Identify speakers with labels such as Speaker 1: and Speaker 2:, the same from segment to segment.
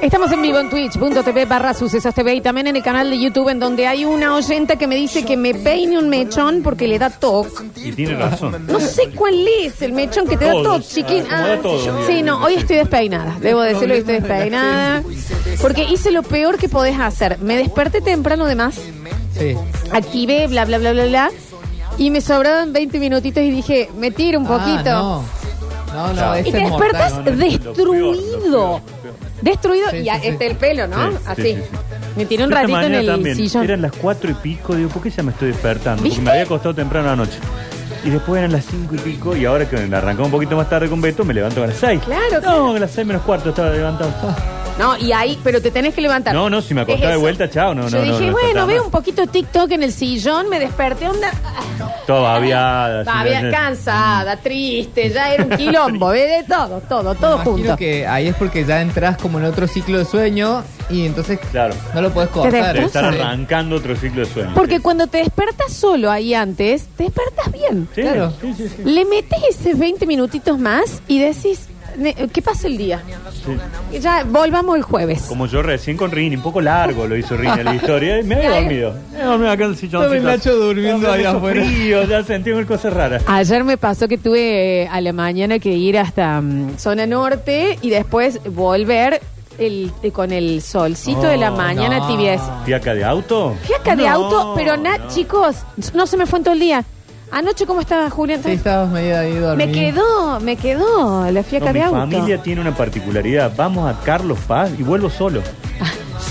Speaker 1: Estamos en vivo en twitch.tv barra sucesos TV y también en el canal de YouTube en donde hay una oyenta que me dice que me peine un mechón porque le da toque.
Speaker 2: Y tiene razón.
Speaker 1: No sé cuál es el mechón que te da
Speaker 2: Todos.
Speaker 1: todo, chiquín.
Speaker 2: Ah, como da todo, digamos.
Speaker 1: sí, no, hoy estoy despeinada. Debo decirlo, hoy estoy despeinada. Porque hice lo peor que podés hacer. Me desperté temprano de más,
Speaker 3: Sí.
Speaker 1: activé, bla, bla, bla, bla, bla. Y me sobraban 20 minutitos y dije, me tiro un poquito.
Speaker 3: Ah, no, no, no,
Speaker 2: Claro.
Speaker 3: ese
Speaker 1: Y te
Speaker 3: es mortal.
Speaker 1: despertas
Speaker 2: no, no, no, es lo peor, lo
Speaker 1: destruido.
Speaker 2: peor, lo peor.
Speaker 1: Destruido
Speaker 3: Sí,
Speaker 1: y
Speaker 3: sí,
Speaker 1: a-
Speaker 3: sí.
Speaker 1: este el pelo, ¿no?
Speaker 2: Sí, sí,
Speaker 1: Así.
Speaker 2: sí, sí.
Speaker 1: Me tiré un
Speaker 2: Esta
Speaker 1: ratito en
Speaker 2: mañana
Speaker 1: el
Speaker 2: también,
Speaker 1: sillón.
Speaker 2: Eran las 4 y pico, digo, ¿por qué ya me estoy despertando?
Speaker 1: ¿Viste?
Speaker 2: Porque me había acostado temprano anoche. Y después eran las 5 y pico, y ahora que me arrancó un poquito más tarde con Beto, me levanto a las 6.
Speaker 1: Claro,
Speaker 2: No,
Speaker 1: claro.
Speaker 2: a las 6 menos cuarto estaba levantado. Ah,
Speaker 1: No, y ahí, pero te tenés que levantar.
Speaker 2: No, no, si me
Speaker 1: Es
Speaker 2: acostaba de
Speaker 1: eso.
Speaker 2: vuelta, chao, no,
Speaker 1: Yo
Speaker 2: no, no,
Speaker 1: dije,
Speaker 2: no.
Speaker 1: bueno,
Speaker 2: trataba.
Speaker 1: veo un poquito TikTok en el sillón, me desperté, onda.
Speaker 2: Todo babiada.
Speaker 1: Babia-
Speaker 2: sin-
Speaker 1: cansada, triste, ya era un quilombo, ve de todo, todo,
Speaker 3: Me
Speaker 1: todo
Speaker 3: imagino
Speaker 1: junto.
Speaker 3: que ahí es porque ya entras como en otro ciclo de sueño y entonces
Speaker 2: Claro.
Speaker 3: no lo puedes
Speaker 1: despertás.
Speaker 3: cortar.
Speaker 2: Te están
Speaker 3: Sí.
Speaker 2: arrancando otro ciclo de sueño.
Speaker 1: Porque
Speaker 2: Sí.
Speaker 1: cuando te despertas solo ahí antes, te despertas bien.
Speaker 2: Sí,
Speaker 3: claro.
Speaker 2: sí, sí, sí.
Speaker 1: Le metes esos 20 minutitos más y decís, ne- ¿qué pasa el día?
Speaker 2: Sí.
Speaker 1: Y Ya volvamos el jueves.
Speaker 2: Como yo recién con Rini, un poco largo lo hizo Rini en la historia. y Me había dormido. Me había dormido acá en el sillón.
Speaker 3: Estaba el Nacho durmiendo ahí afuera.
Speaker 2: Frío, ya sentí una cosa rara.
Speaker 1: Ayer me pasó que tuve eh, a la mañana que ir hasta mm, zona norte y después volver el- eh, con el solcito de la
Speaker 2: Oh,
Speaker 1: mañana
Speaker 3: no.
Speaker 1: tibies.
Speaker 2: ¿Fiaca de auto?
Speaker 1: Fiaca de
Speaker 2: No,
Speaker 1: auto, pero nada,
Speaker 2: no.
Speaker 1: chicos, no se me fue en todo el día. Anoche, ¿cómo estaba Julián?
Speaker 3: Sí, estabas medio ahí dormido.
Speaker 1: me quedó, me quedó la fiaca
Speaker 2: No,
Speaker 1: de
Speaker 2: mi
Speaker 1: auto.
Speaker 2: familia tiene una particularidad. Vamos a Carlos Paz y vuelvo solo.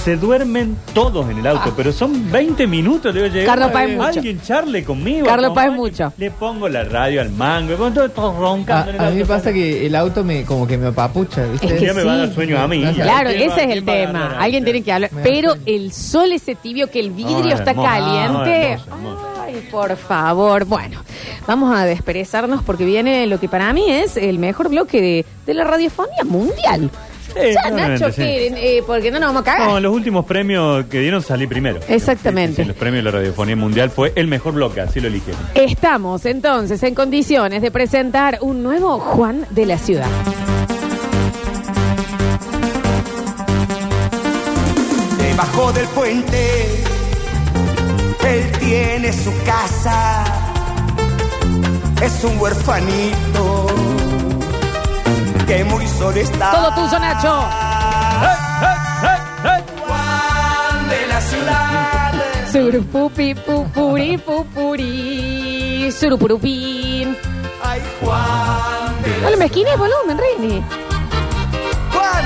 Speaker 2: Se duermen todos en el auto, pero son 20 minutos. Le voy a llegar.
Speaker 1: Ah. Carlos Paz es mucho.
Speaker 2: Alguien charle conmigo.
Speaker 1: Carlos Paz es
Speaker 2: acompañe.
Speaker 1: mucho.
Speaker 2: Le pongo la radio al mango. y pongo todo, todo
Speaker 3: A,
Speaker 2: roncando en el
Speaker 3: Ah, a mí me
Speaker 2: auto.
Speaker 3: pasa que el auto me como que me apapucha,
Speaker 1: Es
Speaker 3: ¿viste?
Speaker 2: Un día me va a dar
Speaker 1: sí.
Speaker 2: sueño a mí.
Speaker 1: Claro,
Speaker 2: ¿Quién va-
Speaker 1: ese es el
Speaker 2: quién va a
Speaker 1: tema.
Speaker 2: ganar?
Speaker 1: Alguien tiene que hablar.
Speaker 3: Me da
Speaker 1: Pero
Speaker 3: sueño.
Speaker 1: el sol ese tibio que el vidrio
Speaker 2: Ah,
Speaker 1: está
Speaker 2: hermoso.
Speaker 1: caliente.
Speaker 2: Ah, hermoso, hermoso.
Speaker 1: Ay, por favor. Bueno, vamos a desperezarnos porque viene lo que para mí es el mejor bloque de, de la radiofonía mundial.
Speaker 2: Sí,
Speaker 1: ya,
Speaker 2: claramente,
Speaker 1: Nacho,
Speaker 2: sí.
Speaker 1: que, eh, porque no nos vamos a cagar.
Speaker 2: No, los últimos premios que dieron salí primero.
Speaker 1: Exactamente.
Speaker 2: Sí, sí, sí, los premios de la radiofonía mundial fue el mejor bloque, así lo eligieron.
Speaker 1: Estamos entonces en condiciones de presentar un nuevo Juan de la Ciudad.
Speaker 4: Debajo del puente, él tiene su casa. Es un huerfanito que muy solo está.
Speaker 1: Todo tuyo, Nacho.
Speaker 4: Juan de la ciudad.
Speaker 1: Surupupi, pupuri, pupuri, surupurupín.
Speaker 4: Ay, Juan de
Speaker 1: No le mezquines volumen, Rini.
Speaker 4: Juan.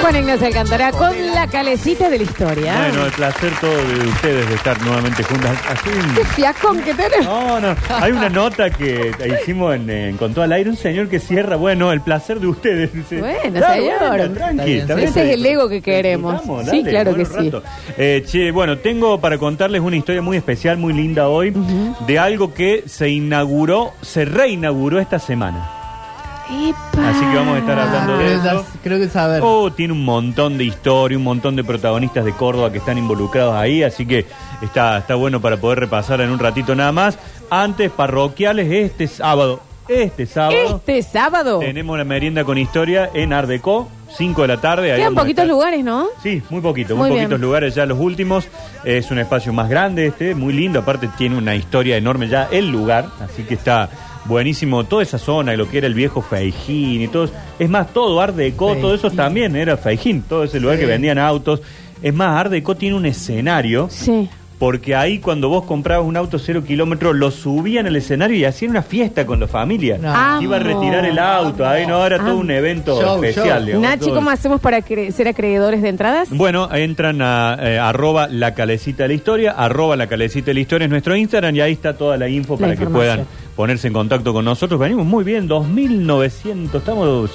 Speaker 1: Juan Ignacio Alcántara con la calecita de la historia.
Speaker 2: Bueno, el placer todo de ustedes de estar nuevamente juntas. Así,
Speaker 1: Qué fiacón que tenés.
Speaker 2: no, no. Hay una nota que hicimos en, eh, en Con todo al aire, un señor que cierra, bueno, el placer de ustedes. dice.
Speaker 1: Bueno,
Speaker 2: Ah,
Speaker 1: señor.
Speaker 2: bueno, tranqui,
Speaker 3: Está bien,
Speaker 2: está
Speaker 3: sí.
Speaker 2: bien,
Speaker 1: Ese
Speaker 2: te
Speaker 1: es el ego que
Speaker 2: te
Speaker 1: queremos.
Speaker 2: disfrutamos,
Speaker 1: Sí, claro
Speaker 2: bueno,
Speaker 1: que
Speaker 2: un
Speaker 1: sí.
Speaker 2: rato. Eh, che, bueno, tengo para contarles una historia muy especial, muy linda hoy, de algo que se inauguró, se reinauguró esta semana.
Speaker 1: Epa.
Speaker 2: Así que vamos a estar hablando de
Speaker 3: creo, que
Speaker 2: eso.
Speaker 3: ya- creo que saber.
Speaker 2: Oh, tiene un montón de historia, un montón de protagonistas de Córdoba que están involucrados ahí, así que está, está bueno para poder repasar en un ratito nada más. Antes, parroquiales, este sábado, este sábado,
Speaker 1: Este sábado.
Speaker 2: tenemos la merienda con historia en Ardeco, 5 de la tarde. ahí
Speaker 1: Quedan
Speaker 2: vamos a
Speaker 1: poquitos
Speaker 2: estar.
Speaker 1: lugares, ¿no?
Speaker 2: Sí, muy poquito, muy,
Speaker 1: Muy bien.
Speaker 2: poquitos lugares ya los últimos. Es un espacio más grande este, muy lindo. Aparte tiene una historia enorme ya el lugar, así que está buenísimo toda esa zona, lo que era el viejo Feijín y todo. Es más, todo Art Deco, todo eso
Speaker 3: Feijín.
Speaker 2: también era Feijín, todo ese lugar
Speaker 3: Sí.
Speaker 2: que vendían autos. Es más, Art Deco tiene un escenario.
Speaker 1: Sí.
Speaker 2: Porque ahí cuando vos comprabas un auto cero kilómetro, lo subían al escenario y hacían una fiesta con la familia.
Speaker 3: No.
Speaker 1: Amo.
Speaker 2: Iba a retirar el auto, ahí no, era todo
Speaker 1: Amo.
Speaker 2: un evento
Speaker 3: Show,
Speaker 2: especial.
Speaker 3: show.
Speaker 2: digamos,
Speaker 1: Nachi,
Speaker 2: todo.
Speaker 1: ¿cómo hacemos para cre- ser acreedores de entradas?
Speaker 2: Bueno, entran a eh, arroba la calecita de la historia, arroba la calecita de la historia es nuestro Instagram y ahí está toda la info
Speaker 1: La
Speaker 2: para que
Speaker 1: información.
Speaker 2: puedan ponerse en contacto con nosotros. Venimos muy bien, 2.900, estamos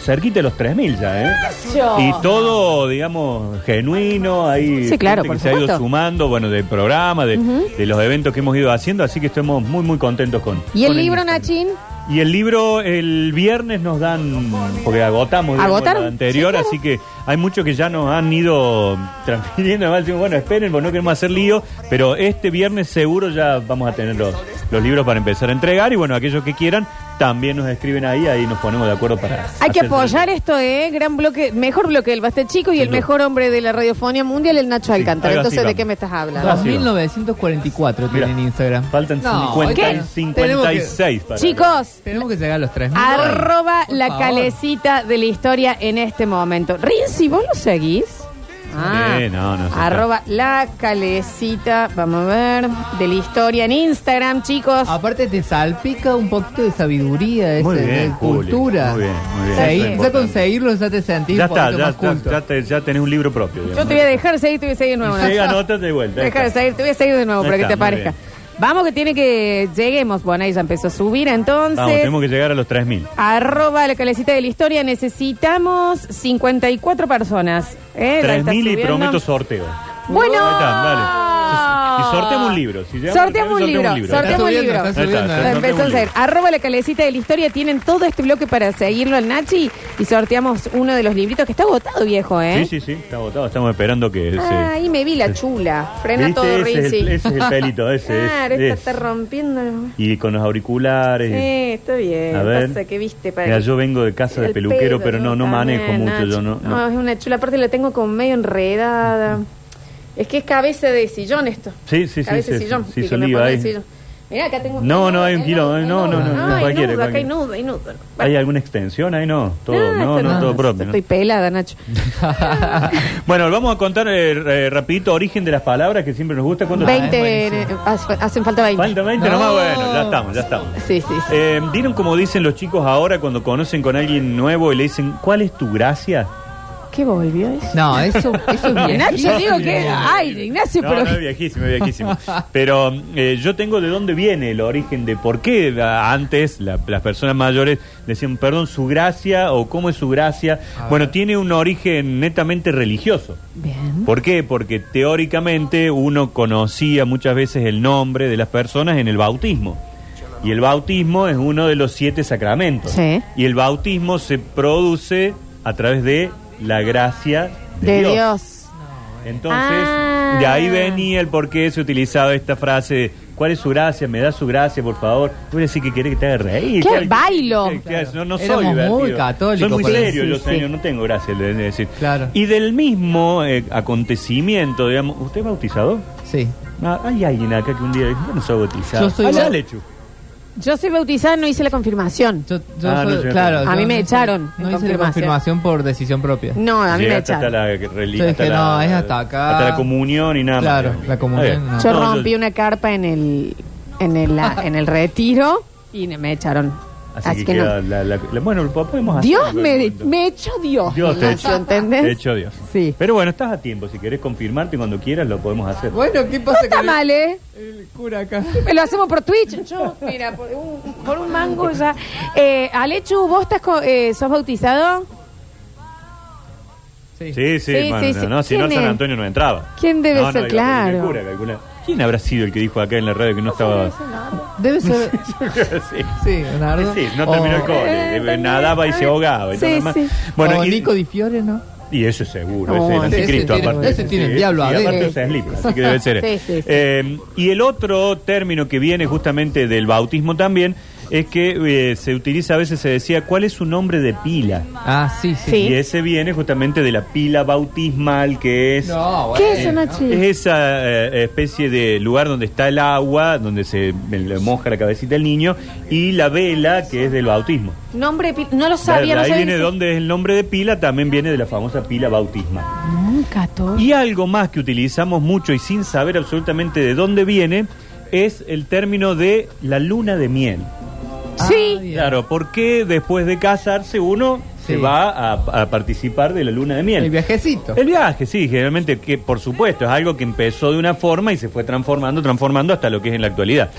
Speaker 2: cerquita de los 3.000 ya, ¿eh?
Speaker 1: Yo.
Speaker 2: Y todo, digamos, genuino, hay
Speaker 1: Sí, claro,
Speaker 2: gente
Speaker 1: por
Speaker 2: que se ha ido
Speaker 1: supuesto.
Speaker 2: sumando, bueno, del programa, de, de los eventos que hemos ido haciendo, así que estamos muy, muy contentos con...
Speaker 1: ¿Y el
Speaker 2: con
Speaker 1: libro,
Speaker 2: Instagram.
Speaker 1: Nachin?
Speaker 2: Y el libro el viernes nos dan, porque agotamos digamos,
Speaker 1: ¿Agotaron?
Speaker 2: el anterior,
Speaker 1: Sí, claro.
Speaker 2: así que hay muchos que ya nos han ido transfiriendo. Además, decimos, bueno, esperen, porque no queremos hacer lío, pero este viernes seguro ya vamos a tener los, los libros para empezar a entregar. Y bueno, aquellos que quieran También nos escriben ahí, ahí nos ponemos de acuerdo para.
Speaker 1: Hay que
Speaker 2: hacer-
Speaker 1: apoyar esto, ¿eh? Gran bloque, mejor bloque del Basta Chico y
Speaker 2: Sin
Speaker 1: el
Speaker 2: duda.
Speaker 1: mejor hombre de la radiofonía mundial, el Nacho
Speaker 2: Sí,
Speaker 1: Alcántara.
Speaker 2: algo así
Speaker 1: Entonces, ¿de
Speaker 2: vamos.
Speaker 1: qué me estás hablando?
Speaker 2: Ah, sí,
Speaker 3: 2944
Speaker 2: Mira.
Speaker 3: tienen Instagram.
Speaker 2: Faltan
Speaker 3: No,
Speaker 2: 50
Speaker 1: ¿qué?
Speaker 3: Tenemos
Speaker 2: 56 para.
Speaker 1: Chicos,
Speaker 3: Tenemos que llegar a los 3.
Speaker 1: Arroba la calecita de la historia en este momento. Rinzi, ¿vos lo seguís? Ah,
Speaker 2: Sí, no, no sé.
Speaker 1: Arroba la calecita, vamos a ver, de la historia en Instagram, chicos.
Speaker 2: Ah,
Speaker 3: Aparte te salpica un poquito de sabiduría,
Speaker 2: Muy
Speaker 3: este,
Speaker 2: bien,
Speaker 3: de
Speaker 2: Juli,
Speaker 3: cultura.
Speaker 2: muy bien, muy bien,
Speaker 1: eso
Speaker 3: Sí,
Speaker 1: es
Speaker 3: ya
Speaker 2: importante.
Speaker 3: conseguirlo ya te sentís
Speaker 2: Ya
Speaker 3: un poquito
Speaker 2: está, ya,
Speaker 3: más
Speaker 2: ya,
Speaker 3: culto.
Speaker 2: ya te- ya tenés un libro propio.
Speaker 1: Yo te voy a dejar seguir, te voy a seguir de nuevo.
Speaker 2: Sí,
Speaker 1: Nacho.
Speaker 2: anota de vuelta. ahí
Speaker 1: Deja de
Speaker 2: está.
Speaker 1: seguir, te voy a seguir de nuevo
Speaker 2: Ahí
Speaker 1: para que
Speaker 2: está,
Speaker 1: te
Speaker 2: muy
Speaker 1: aparezca.
Speaker 2: bien.
Speaker 1: Vamos que tiene que lleguemos, bueno, ahí ya empezó a subir, entonces.
Speaker 2: Vamos, tenemos que llegar a los 3000.
Speaker 1: Arroba la calecita de la historia, necesitamos 54 personas. ¿eh? Ya está
Speaker 2: 3000 y
Speaker 1: subiendo.
Speaker 2: prometo sorteo.
Speaker 1: Bueno.
Speaker 2: Ahí está, dale. Si- si sorteamos un libro, si llegamos
Speaker 1: sorteamos
Speaker 2: al
Speaker 1: un
Speaker 2: final,
Speaker 1: libro.
Speaker 2: sorteamos un libro.
Speaker 1: Sorteamos un
Speaker 3: Está subiendo,
Speaker 1: libro.
Speaker 3: está
Speaker 2: Ahí está,
Speaker 3: subiendo.
Speaker 2: ya
Speaker 3: ¿eh?
Speaker 1: Lo empezó a
Speaker 2: sorteamos un
Speaker 1: hacer. Arroba la calecita de la historia. Tienen todo este bloque para seguirlo al Nachi. Y sorteamos uno de los libritos que está agotado, viejo, ¿eh?
Speaker 2: Sí, sí, sí, está agotado. Estamos esperando que se.
Speaker 1: Ah, ahí me vi la chula. Frena
Speaker 2: ¿Viste?
Speaker 1: todo,
Speaker 2: ese, es el,
Speaker 1: Rizzi.
Speaker 2: ese es el pelito, ese es-
Speaker 1: Claro,
Speaker 2: es.
Speaker 1: esta está rompiendo.
Speaker 2: Y con los auriculares.
Speaker 1: Sí, está bien.
Speaker 2: A ver.
Speaker 1: Pasa que viste para
Speaker 2: Mira,
Speaker 1: que-
Speaker 2: yo vengo de casa de
Speaker 1: el
Speaker 2: peluquero,
Speaker 1: pedo,
Speaker 2: pero no, no manejo
Speaker 1: También,
Speaker 2: mucho. Yo no,
Speaker 1: Nacho. Ah,
Speaker 2: no.
Speaker 1: es una chula. Aparte la tengo como medio enredada. Es que es cabeza de sillón esto.
Speaker 2: Sí, sí, sí,
Speaker 1: Cabeza de
Speaker 2: sí,
Speaker 1: sillón.
Speaker 2: sí,
Speaker 1: y que me
Speaker 2: soliva,
Speaker 1: pone
Speaker 2: ahí.
Speaker 1: el sillón. Mirá, acá tengo...
Speaker 2: No, no, hay un kilo, eh, no, no, no, no,
Speaker 1: hay
Speaker 2: cualquiera,
Speaker 1: nudo, acá hay
Speaker 2: cualquiera.
Speaker 1: nudo, hay nudo. Bueno.
Speaker 2: ¿Hay alguna extensión ahí? No, todo,
Speaker 1: Ah,
Speaker 2: no,
Speaker 1: esto
Speaker 2: no, todo propio. ¿no?
Speaker 1: Estoy pelada, Nacho.
Speaker 2: Bueno, vamos a contar eh, eh, rapidito origen de las palabras que siempre nos gusta. ¿Cuánto
Speaker 1: 20,
Speaker 3: buenísimo.
Speaker 1: eh, hace- hacen falta 20.
Speaker 2: Falta 20
Speaker 3: No.
Speaker 2: nomás, bueno, ya estamos, ya estamos.
Speaker 1: Sí, sí, sí.
Speaker 2: Eh, ¿Vieron como dicen los chicos ahora cuando conocen con alguien nuevo y le dicen, ¿cuál es tu gracia?
Speaker 1: ¿Qué volvió eso?
Speaker 3: No, eso, eso es bien.
Speaker 1: Nacho, digo que... Ay, Ignacio,
Speaker 2: No,
Speaker 1: pero...
Speaker 2: no, es viejísimo, es viejísimo. Pero eh, yo tengo de dónde viene el origen de por qué ah, antes la- las personas mayores decían, perdón, su gracia o cómo es su gracia. Bueno, tiene un origen netamente religioso.
Speaker 1: Bien.
Speaker 2: ¿Por qué? Porque teóricamente uno conocía muchas veces el nombre de las personas en el bautismo. Y el bautismo es uno de los siete sacramentos.
Speaker 1: Sí.
Speaker 2: Y el bautismo se produce a través de la gracia de,
Speaker 1: De
Speaker 2: Dios.
Speaker 1: Dios.
Speaker 2: Entonces,
Speaker 1: Ah.
Speaker 2: de ahí venía el por qué se utilizaba esta frase de, ¿cuál es su gracia? ¿Me da su gracia, por favor? Tú voy a decir que querés que te haga reír.
Speaker 1: ¿Qué?
Speaker 2: ¿Qué-
Speaker 1: Bailo.
Speaker 2: qué- qué- No, no soy
Speaker 3: Éramos muy
Speaker 2: divertido.
Speaker 3: católicos, pues.
Speaker 2: Soy muy
Speaker 3: por
Speaker 2: serio,
Speaker 1: ahí.
Speaker 2: yo,
Speaker 1: Sí,
Speaker 2: señor,
Speaker 1: sí.
Speaker 2: no tengo gracia, le debe decir.
Speaker 3: Claro.
Speaker 2: Y del mismo eh, acontecimiento, digamos, ¿usted es bautizado?
Speaker 3: Sí.
Speaker 2: Ah, hay alguien acá que un día dice, yo no soy bautizado.
Speaker 3: Yo soy
Speaker 2: Allá,
Speaker 3: bau-
Speaker 2: Lechu.
Speaker 1: Yo soy bautizada, no hice la confirmación.
Speaker 3: Yo, yo
Speaker 2: Ah,
Speaker 3: soy-
Speaker 2: no sé.
Speaker 3: claro,
Speaker 2: A
Speaker 3: yo
Speaker 1: mí me
Speaker 3: no sé-
Speaker 1: echaron en
Speaker 3: No hice
Speaker 1: confirmación.
Speaker 3: la confirmación por decisión propia.
Speaker 1: No, a mí me
Speaker 2: Llegaste hasta
Speaker 1: echaron.
Speaker 2: la relig-
Speaker 3: Yo
Speaker 2: hasta
Speaker 3: dije,
Speaker 2: la-
Speaker 3: no, es hasta acá.
Speaker 2: Hasta la comunión y nada
Speaker 3: Claro,
Speaker 2: más.
Speaker 3: la comunión,
Speaker 2: Está bien.
Speaker 3: no.
Speaker 1: Yo
Speaker 2: No,
Speaker 1: rompí una carpa en el en el, la- en el retiro y me echaron.
Speaker 2: Así, que,
Speaker 1: no.
Speaker 2: queda la, la- la- bueno, lo podemos hacer.
Speaker 1: Dios
Speaker 2: en
Speaker 1: me,
Speaker 2: algún momento.
Speaker 1: me echó Dios.
Speaker 2: Dios te
Speaker 1: Ignacio,
Speaker 2: echó.
Speaker 1: ¿entendés?
Speaker 2: Te echó Dios.
Speaker 1: Sí.
Speaker 2: Pero bueno, estás a tiempo. Si querés confirmarte cuando quieras, lo podemos hacer.
Speaker 3: Bueno, ¿qué
Speaker 1: No
Speaker 3: pasa
Speaker 1: está
Speaker 3: con el,
Speaker 1: mal, ¿eh?
Speaker 3: el cura acá?
Speaker 1: Me lo hacemos por Twitch. Yo, mira, por un, por un mango ya. Eh, Alechu, ¿vos estás co- eh, sos bautizado?
Speaker 2: Sí, sí,
Speaker 1: Sí,
Speaker 2: bueno,
Speaker 1: sí,
Speaker 2: no,
Speaker 1: sí.
Speaker 2: no, si no,
Speaker 1: ¿Quién
Speaker 2: San
Speaker 1: es?
Speaker 2: Antonio no entraba.
Speaker 1: ¿Quién debe
Speaker 2: No, no,
Speaker 1: ser?
Speaker 2: digo, porque
Speaker 1: Claro.
Speaker 2: el cura calcula. ¿Quién habrá sido el que dijo acá en la radio que no estaba.?
Speaker 3: Debe ser.
Speaker 2: sí.
Speaker 3: Sí, Leonardo.
Speaker 2: Sí, no terminó el cole, eh, nadaba y se ahogaba. Y
Speaker 1: Oh. Sí,
Speaker 2: todo lo demás.
Speaker 1: sí.
Speaker 2: Bueno,
Speaker 3: o
Speaker 2: y,
Speaker 3: Oh, Nico Di Fiore, ¿no?
Speaker 2: y eso es seguro,
Speaker 1: No,
Speaker 2: ese es el
Speaker 1: ese
Speaker 2: anticristo
Speaker 3: tiene-
Speaker 2: aparte.
Speaker 3: ese tiene el
Speaker 2: Sí,
Speaker 3: diablo
Speaker 2: sí,
Speaker 3: adentro.
Speaker 2: aparte usa slip, así que debe ser.
Speaker 1: Sí, sí, sí.
Speaker 2: Eh, y el otro término que viene justamente del bautismo también es que eh, se utiliza a veces, se decía, ¿cuál es su nombre de pila?
Speaker 3: Ah, sí, sí.
Speaker 1: Sí.
Speaker 2: Y ese viene justamente de la pila bautismal, que es,
Speaker 3: No, bueno.
Speaker 1: ¿Qué es eso, Nachi?
Speaker 2: es esa eh, especie de lugar donde está el agua, donde se le moja la cabecita del niño, y la vela, que es del bautismo.
Speaker 1: Nombre, pi- no lo
Speaker 2: De ahí
Speaker 1: sabía, no sabía.
Speaker 2: viene
Speaker 1: ni-
Speaker 2: donde es el nombre de pila, también viene de la famosa pila bautismal.
Speaker 1: Muy católico.
Speaker 2: Y algo más que utilizamos mucho y sin saber absolutamente de dónde viene es el término de la luna de miel.
Speaker 3: Ah,
Speaker 1: Sí.
Speaker 3: bien.
Speaker 2: Claro, porque después de casarse uno se
Speaker 3: Sí.
Speaker 2: va a, a participar de la luna de miel.
Speaker 3: El viajecito.
Speaker 2: El viaje, sí, generalmente, que por supuesto es algo que empezó de una forma y se fue transformando, transformando hasta lo que es en la actualidad.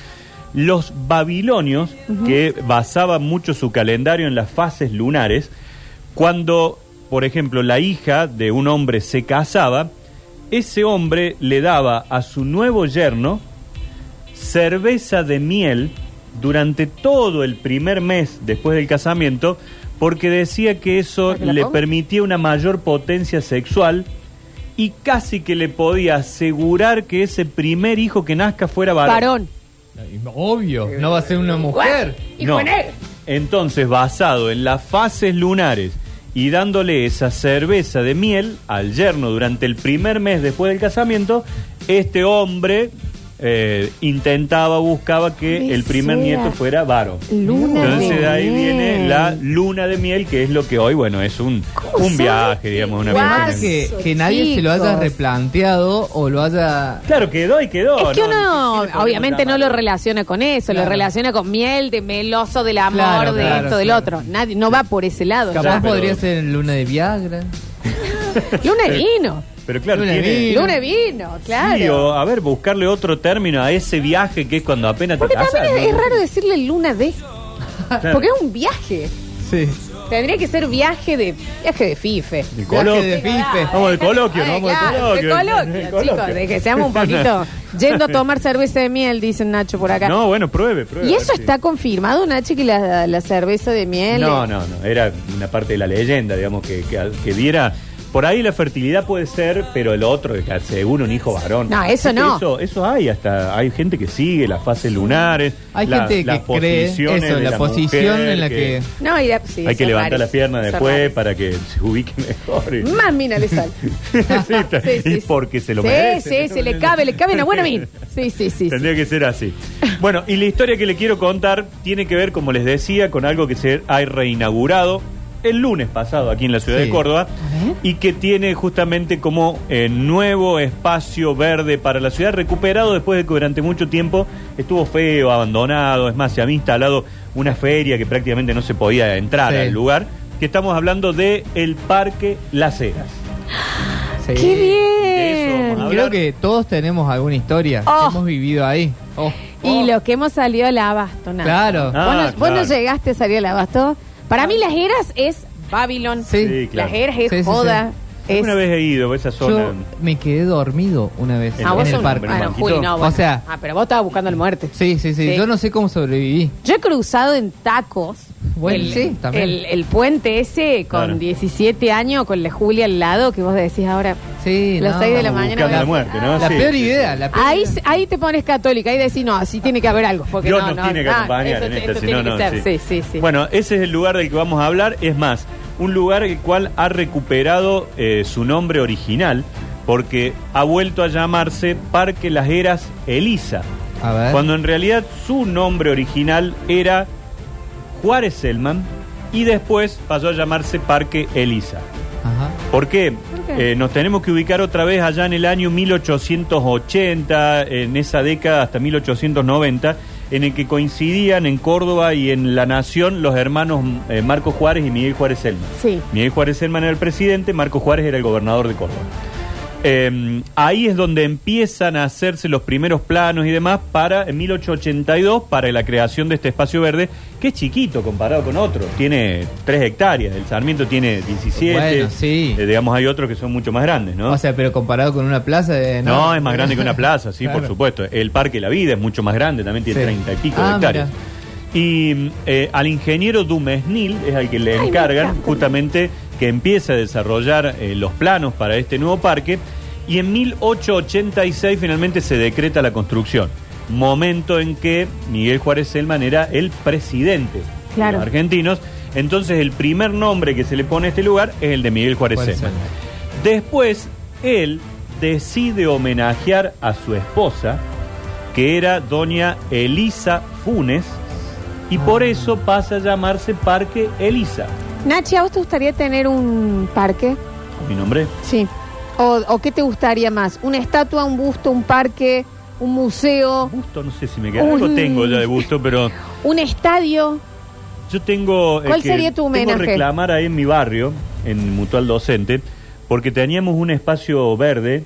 Speaker 2: Los babilonios, que basaban mucho su calendario en las fases lunares, cuando, por ejemplo, la hija de un hombre se casaba, ese hombre le daba a su nuevo yerno cerveza de miel durante todo el primer mes después del casamiento porque decía que eso
Speaker 1: ¿Para que la
Speaker 2: le
Speaker 1: ponga?
Speaker 2: permitía una mayor potencia sexual y casi que le podía asegurar que ese primer hijo que nazca fuera varón.
Speaker 1: Varón.
Speaker 3: Obvio, no va a ser una mujer.
Speaker 1: Y
Speaker 2: No.
Speaker 1: con él.
Speaker 2: Entonces, basado en las fases lunares y dándole esa cerveza de miel al yerno durante el primer mes después del casamiento, este hombre eh, intentaba, buscaba que
Speaker 1: Me
Speaker 2: el primer
Speaker 1: sea.
Speaker 2: nieto fuera varo.
Speaker 1: Luna
Speaker 2: Entonces
Speaker 1: de
Speaker 2: de ahí
Speaker 1: miel.
Speaker 2: viene la luna de miel, que es lo que hoy, bueno, es un,
Speaker 1: ¿Cómo
Speaker 2: un
Speaker 1: sabe?
Speaker 2: viaje, digamos, una
Speaker 1: Guau.
Speaker 2: cuestión.
Speaker 3: Además que, que nadie se lo haya
Speaker 1: Chicos.
Speaker 3: replanteado o lo haya...
Speaker 2: Claro, quedó y quedó.
Speaker 1: Es que
Speaker 2: ¿no? Ni
Speaker 1: uno
Speaker 2: siquiera podemos
Speaker 1: obviamente no
Speaker 2: llamarlo.
Speaker 1: lo relaciona con eso, lo
Speaker 3: Claro.
Speaker 1: relaciona con miel, de meloso, del amor,
Speaker 3: Claro,
Speaker 1: de
Speaker 3: claro,
Speaker 1: esto, del
Speaker 3: claro.
Speaker 1: otro. Nadie, no va por ese lado.
Speaker 3: Capaz
Speaker 2: Ya, pero-
Speaker 3: podría ser luna de Viagra.
Speaker 1: Luna de vino.
Speaker 2: Pero claro,
Speaker 3: Luna de
Speaker 2: tiene-
Speaker 3: miel.
Speaker 1: Luna de vino, claro.
Speaker 2: Sí, o, a ver, buscarle otro término a ese viaje que es cuando apenas
Speaker 1: Porque
Speaker 2: te casas.
Speaker 1: también es,
Speaker 2: ¿no?
Speaker 1: es raro decirle luna de.
Speaker 2: Claro.
Speaker 1: Porque es un viaje.
Speaker 3: Sí.
Speaker 1: Tendría que ser viaje de viaje de fife.
Speaker 2: El coloquio.
Speaker 3: Viaje de Fife.
Speaker 2: Vamos al coloquio, ¿no?
Speaker 1: Ay,
Speaker 2: Vamos al
Speaker 1: claro,
Speaker 2: coloquio.
Speaker 1: de coloquio,
Speaker 2: El coloquio.
Speaker 1: chicos, de que seamos un poquito yendo a tomar cerveza de miel, dicen Nacho por acá.
Speaker 2: No, bueno, pruebe, pruebe.
Speaker 1: ¿Y
Speaker 2: a ver
Speaker 1: eso
Speaker 2: si-
Speaker 1: está confirmado, Nacho, que la, la cerveza de miel?
Speaker 2: No, no, no. Era una parte de la leyenda, digamos, que, que, que diera. Por ahí la fertilidad puede ser, pero el otro, que asegura un hijo varón.
Speaker 1: No, eso
Speaker 2: Así que
Speaker 1: no.
Speaker 2: Eso, eso hay, hasta hay gente que sigue las fases lunares.
Speaker 3: Hay
Speaker 2: la-
Speaker 3: gente
Speaker 2: las
Speaker 3: que cree
Speaker 2: posiciones
Speaker 3: eso,
Speaker 2: de
Speaker 3: la posición en la que-
Speaker 1: No, y la- sí,
Speaker 2: hay que
Speaker 1: son
Speaker 2: levantar
Speaker 1: raros,
Speaker 2: la pierna
Speaker 1: son
Speaker 2: después
Speaker 1: raros.
Speaker 2: para que se ubique mejor. y-
Speaker 1: Más mina le sale.
Speaker 2: Sí, está-
Speaker 1: Sí, sí,
Speaker 2: y
Speaker 1: sí.
Speaker 2: porque se lo
Speaker 1: Sí,
Speaker 2: merece.
Speaker 1: sí, se le cabe, le cabe una buena mina. Sí, sí, sí. sí.
Speaker 2: Tendría que ser así. Bueno, y la historia que le quiero contar tiene que ver, como les decía, con algo que se ha reinaugurado el lunes pasado aquí en la ciudad
Speaker 3: Sí.
Speaker 2: de Córdoba y que tiene justamente como eh, nuevo espacio verde para la ciudad, recuperado después de que durante mucho tiempo estuvo feo, abandonado, es más, se había instalado una feria que prácticamente no se podía entrar
Speaker 3: Sí.
Speaker 2: al lugar, que estamos hablando de el Parque Las Heras.
Speaker 3: sí.
Speaker 1: ¡Qué
Speaker 2: De eso
Speaker 1: bien!
Speaker 2: vamos a
Speaker 3: Creo
Speaker 2: hablar.
Speaker 3: que todos tenemos alguna historia.
Speaker 1: Oh.
Speaker 3: Hemos vivido ahí. Oh.
Speaker 1: Y lo que hemos salido al abasto, Nacho.
Speaker 3: Claro.
Speaker 1: ¿Vos,
Speaker 2: Ah,
Speaker 1: no, vos
Speaker 2: claro.
Speaker 1: no llegaste a salir al abasto. Para mí, las eras es Babilón.
Speaker 3: Sí.
Speaker 2: Sí, claro.
Speaker 1: Las eras es
Speaker 3: Sí, sí, sí.
Speaker 1: joda. Es...
Speaker 2: Una vez he ido a esa zona.
Speaker 3: Yo me quedé dormido una vez
Speaker 2: Ah,
Speaker 1: Ah,
Speaker 3: en
Speaker 1: vos
Speaker 3: el
Speaker 1: sos un-
Speaker 3: parque.
Speaker 1: Bueno, Juli, no,
Speaker 2: O
Speaker 1: bueno.
Speaker 3: sea-
Speaker 1: Ah, pero vos estabas buscando la muerte.
Speaker 3: Sí, sí, sí,
Speaker 1: Sí.
Speaker 3: Yo no sé cómo sobreviví.
Speaker 1: Yo he cruzado en tacos
Speaker 3: Bueno,
Speaker 1: el,
Speaker 3: sí, también.
Speaker 1: el- el puente ese con
Speaker 2: Claro.
Speaker 1: 17 años, con la Julia al lado, que vos decís ahora.
Speaker 3: Sí,
Speaker 1: Las
Speaker 3: no.
Speaker 1: seis de la
Speaker 2: Estamos
Speaker 1: mañana
Speaker 2: buscando
Speaker 1: voy a-
Speaker 2: la muerte, ¿no?
Speaker 3: La
Speaker 2: Sí,
Speaker 3: peor
Speaker 2: sí, sí.
Speaker 3: idea. La peor
Speaker 1: Ahí,
Speaker 3: idea.
Speaker 1: ahí te pones católica, ahí decís, no, así tiene que haber algo. Porque
Speaker 2: Dios
Speaker 1: no,
Speaker 2: nos
Speaker 1: no,
Speaker 2: tiene que
Speaker 1: ah,
Speaker 2: acompañar
Speaker 1: eso-
Speaker 2: en
Speaker 1: esto
Speaker 2: esta, si
Speaker 1: tiene
Speaker 2: no, no,
Speaker 1: que ser, sí, sí, sí.
Speaker 2: Bueno, ese es el lugar del que vamos a hablar. Es más, un lugar el cual ha recuperado eh, su nombre original porque ha vuelto a llamarse Parque Las Heras Elisa.
Speaker 3: A ver.
Speaker 2: Cuando en realidad su nombre original era Juárez Selman y después pasó a llamarse Parque Elisa.
Speaker 3: Ajá.
Speaker 2: ¿Por qué?
Speaker 1: ¿Por qué?
Speaker 2: Eh, nos tenemos que ubicar otra vez allá en el año 1880, en esa década hasta 1890, en el que coincidían en Córdoba y en la Nación los hermanos eh, Marco Juárez y Miguel Juárez Selman.
Speaker 1: Sí.
Speaker 2: Miguel Juárez Selman era el presidente, Marco Juárez era el gobernador de Córdoba. Eh, ahí es donde empiezan a hacerse los primeros planos y demás para en 1882 para la creación de este espacio verde que es chiquito comparado con otros tiene 3 hectáreas el Sarmiento tiene 17
Speaker 3: Bueno, sí.
Speaker 2: Eh, digamos hay otros que son mucho más grandes no
Speaker 3: O sea, pero comparado con una plaza. eh,
Speaker 2: no, es más grande que una plaza, sí, por
Speaker 3: Claro.
Speaker 2: supuesto. El Parque La Vida es mucho más grande, también tiene
Speaker 3: Sí.
Speaker 2: 30 y pico
Speaker 3: Ah,
Speaker 2: de hectáreas.
Speaker 3: mira.
Speaker 2: Y mm, eh, al ingeniero Dumesnil es al que le
Speaker 1: Ay, me
Speaker 2: encargan
Speaker 1: encanta.
Speaker 2: justamente que empiece a desarrollar eh, los planos para este nuevo parque. Y en 1886 finalmente se decreta la construcción. Momento en que Miguel Juárez Selman era el presidente
Speaker 1: Claro.
Speaker 2: de los argentinos. Entonces el primer nombre que se le pone a este lugar es el de Miguel Juárez
Speaker 3: Juárez
Speaker 2: Selman.
Speaker 3: Selman.
Speaker 2: Después, él decide homenajear a su esposa, que era doña Elisa Funes, y por eso pasa a llamarse Parque Elisa.
Speaker 1: Nachi, ¿a vos te gustaría tener un parque?
Speaker 2: Mi nombre.
Speaker 1: Sí. O, o qué te gustaría más? ¿Una estatua, un busto, un parque, un museo,
Speaker 2: Gusto, no sé si me queda.
Speaker 1: Uy.
Speaker 2: Algo tengo ya de gusto, pero
Speaker 1: un estadio?
Speaker 2: yo tengo. eh,
Speaker 1: ¿Cuál
Speaker 2: que
Speaker 1: sería tu
Speaker 2: Tengo
Speaker 1: homenaje?
Speaker 2: reclamar ahí en mi barrio, en Mutual Docente, porque teníamos un espacio verde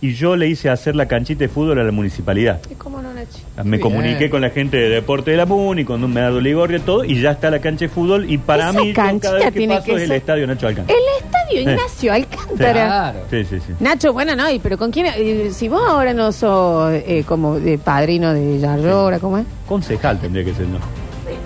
Speaker 2: y yo le hice hacer la canchita de fútbol a la municipalidad.
Speaker 1: ¿Cómo no, Nachi?
Speaker 2: Me
Speaker 3: Bien.
Speaker 1: eh.
Speaker 2: comuniqué con la gente de Deporte de la MUNI, con Don Medardo Ligorrio, todo, y ya está la cancha de fútbol. Y para
Speaker 1: Esa
Speaker 2: mí, yo
Speaker 1: canchita
Speaker 2: cada vez que
Speaker 1: tiene
Speaker 2: paso
Speaker 1: que
Speaker 2: es el
Speaker 1: ser-
Speaker 2: estadio Nacho Alcántara.
Speaker 1: El estadio Ignacio Alcántara.
Speaker 3: Claro.
Speaker 2: Sí, sí, sí.
Speaker 1: Nacho, bueno, no, y pero ¿con quién? eh, si vos ahora no sos eh, como de padrino de Yarlora, ¿cómo es?
Speaker 2: Concejal tendría que ser, ¿no?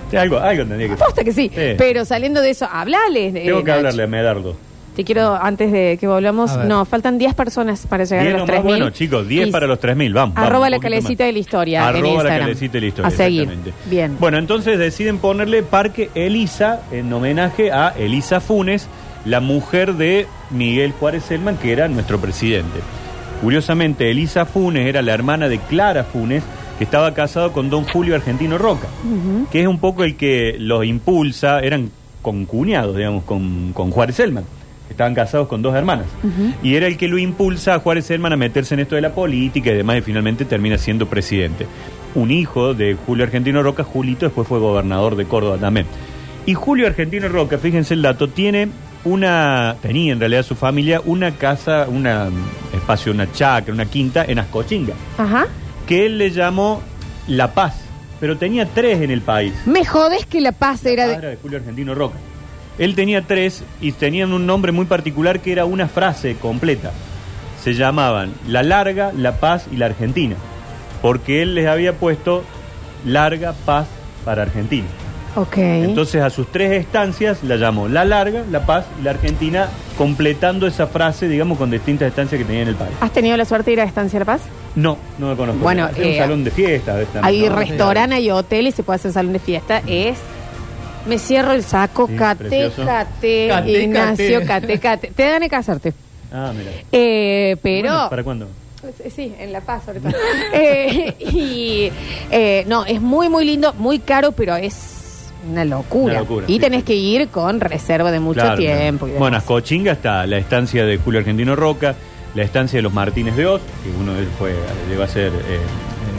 Speaker 2: Sí, algo, algo tendría que ser.
Speaker 1: Aposta que sí,
Speaker 2: Sí.
Speaker 1: pero saliendo de eso, hablales. eh,
Speaker 2: Tengo que
Speaker 1: Nacho.
Speaker 2: hablarle a Medardo.
Speaker 1: Te quiero, antes de que volvamos,
Speaker 3: A ver.
Speaker 1: no, faltan 10 personas para llegar
Speaker 2: Diez
Speaker 1: a los
Speaker 2: nomás,
Speaker 1: 3.000.
Speaker 2: bueno, chicos, 10
Speaker 1: Y-
Speaker 2: para los 3.000, vamos. vamos,
Speaker 1: Arroba
Speaker 2: un
Speaker 1: la
Speaker 2: poquito
Speaker 1: calecita
Speaker 2: más.
Speaker 1: de la historia en
Speaker 2: Arroba la
Speaker 1: Instagram.
Speaker 2: calecita de la historia.
Speaker 1: A seguir.
Speaker 2: exactamente.
Speaker 1: Bien.
Speaker 2: Bueno, entonces deciden ponerle Parque Elisa en homenaje a Elisa Funes, la mujer de Miguel Juárez Selman, que era nuestro presidente. Curiosamente, Elisa Funes era la hermana de Clara Funes, que estaba casado con don Julio Argentino Roca, que es un poco el que los impulsa, eran concuñados, digamos, con, con Juárez Selman. Estaban casados con dos hermanas. Y era el que lo impulsa a Juárez Selman a meterse en esto de la política y demás, y finalmente termina siendo presidente. Un hijo de Julio Argentino Roca, Julito, después fue gobernador de Córdoba también. Y Julio Argentino Roca, fíjense el dato, tiene una, tenía en realidad su familia una casa, una um, espacio, una chacra, una quinta en Ascochinga,
Speaker 1: Ajá.
Speaker 2: que él le llamó La Paz, pero tenía tres en el país.
Speaker 1: Me jodes que la paz era
Speaker 2: Ah, Era
Speaker 1: de...
Speaker 2: de Julio Argentino Roca. Él tenía tres y tenían un nombre muy particular que era una frase completa. Se llamaban La Larga, La Paz y La Argentina. Porque él les había puesto Larga Paz para Argentina.
Speaker 1: Ok.
Speaker 2: Entonces a sus tres estancias la llamó La Larga, La Paz y La Argentina, completando esa frase, digamos, con distintas estancias que tenía en el país.
Speaker 1: ¿Has tenido la suerte de ir a Estancia La Paz?
Speaker 2: No, no me conozco.
Speaker 1: Bueno,
Speaker 2: Era un
Speaker 1: eh,
Speaker 2: salón de fiesta. ¿ves? También,
Speaker 1: Hay
Speaker 2: ¿no?
Speaker 1: restaurante, hay hotel y se puede hacer salón de fiesta. Es. Me cierro el saco,
Speaker 2: Sí,
Speaker 1: cate,
Speaker 2: precioso.
Speaker 1: cate,
Speaker 3: Cate,
Speaker 1: Ignacio,
Speaker 3: cate.
Speaker 1: cate, cate. Te dan de casarte.
Speaker 2: Ah, mira.
Speaker 1: Eh, pero. Pues,
Speaker 2: Bueno, ¿Para cuándo?
Speaker 1: Sí, en La Paz, sobre todo. Eh, y. eh, no, es muy, muy lindo, muy caro, pero es una locura.
Speaker 2: Una locura,
Speaker 1: y
Speaker 2: sí,
Speaker 1: tenés
Speaker 2: sí.
Speaker 1: que ir con reserva de mucho
Speaker 2: Claro,
Speaker 1: tiempo. y
Speaker 2: claro.
Speaker 1: demás.
Speaker 2: Bueno, Ascochinga está la estancia de Julio Argentino Roca, la estancia de los Martínez de Oz, que uno de ellos fue, llegó a ser eh,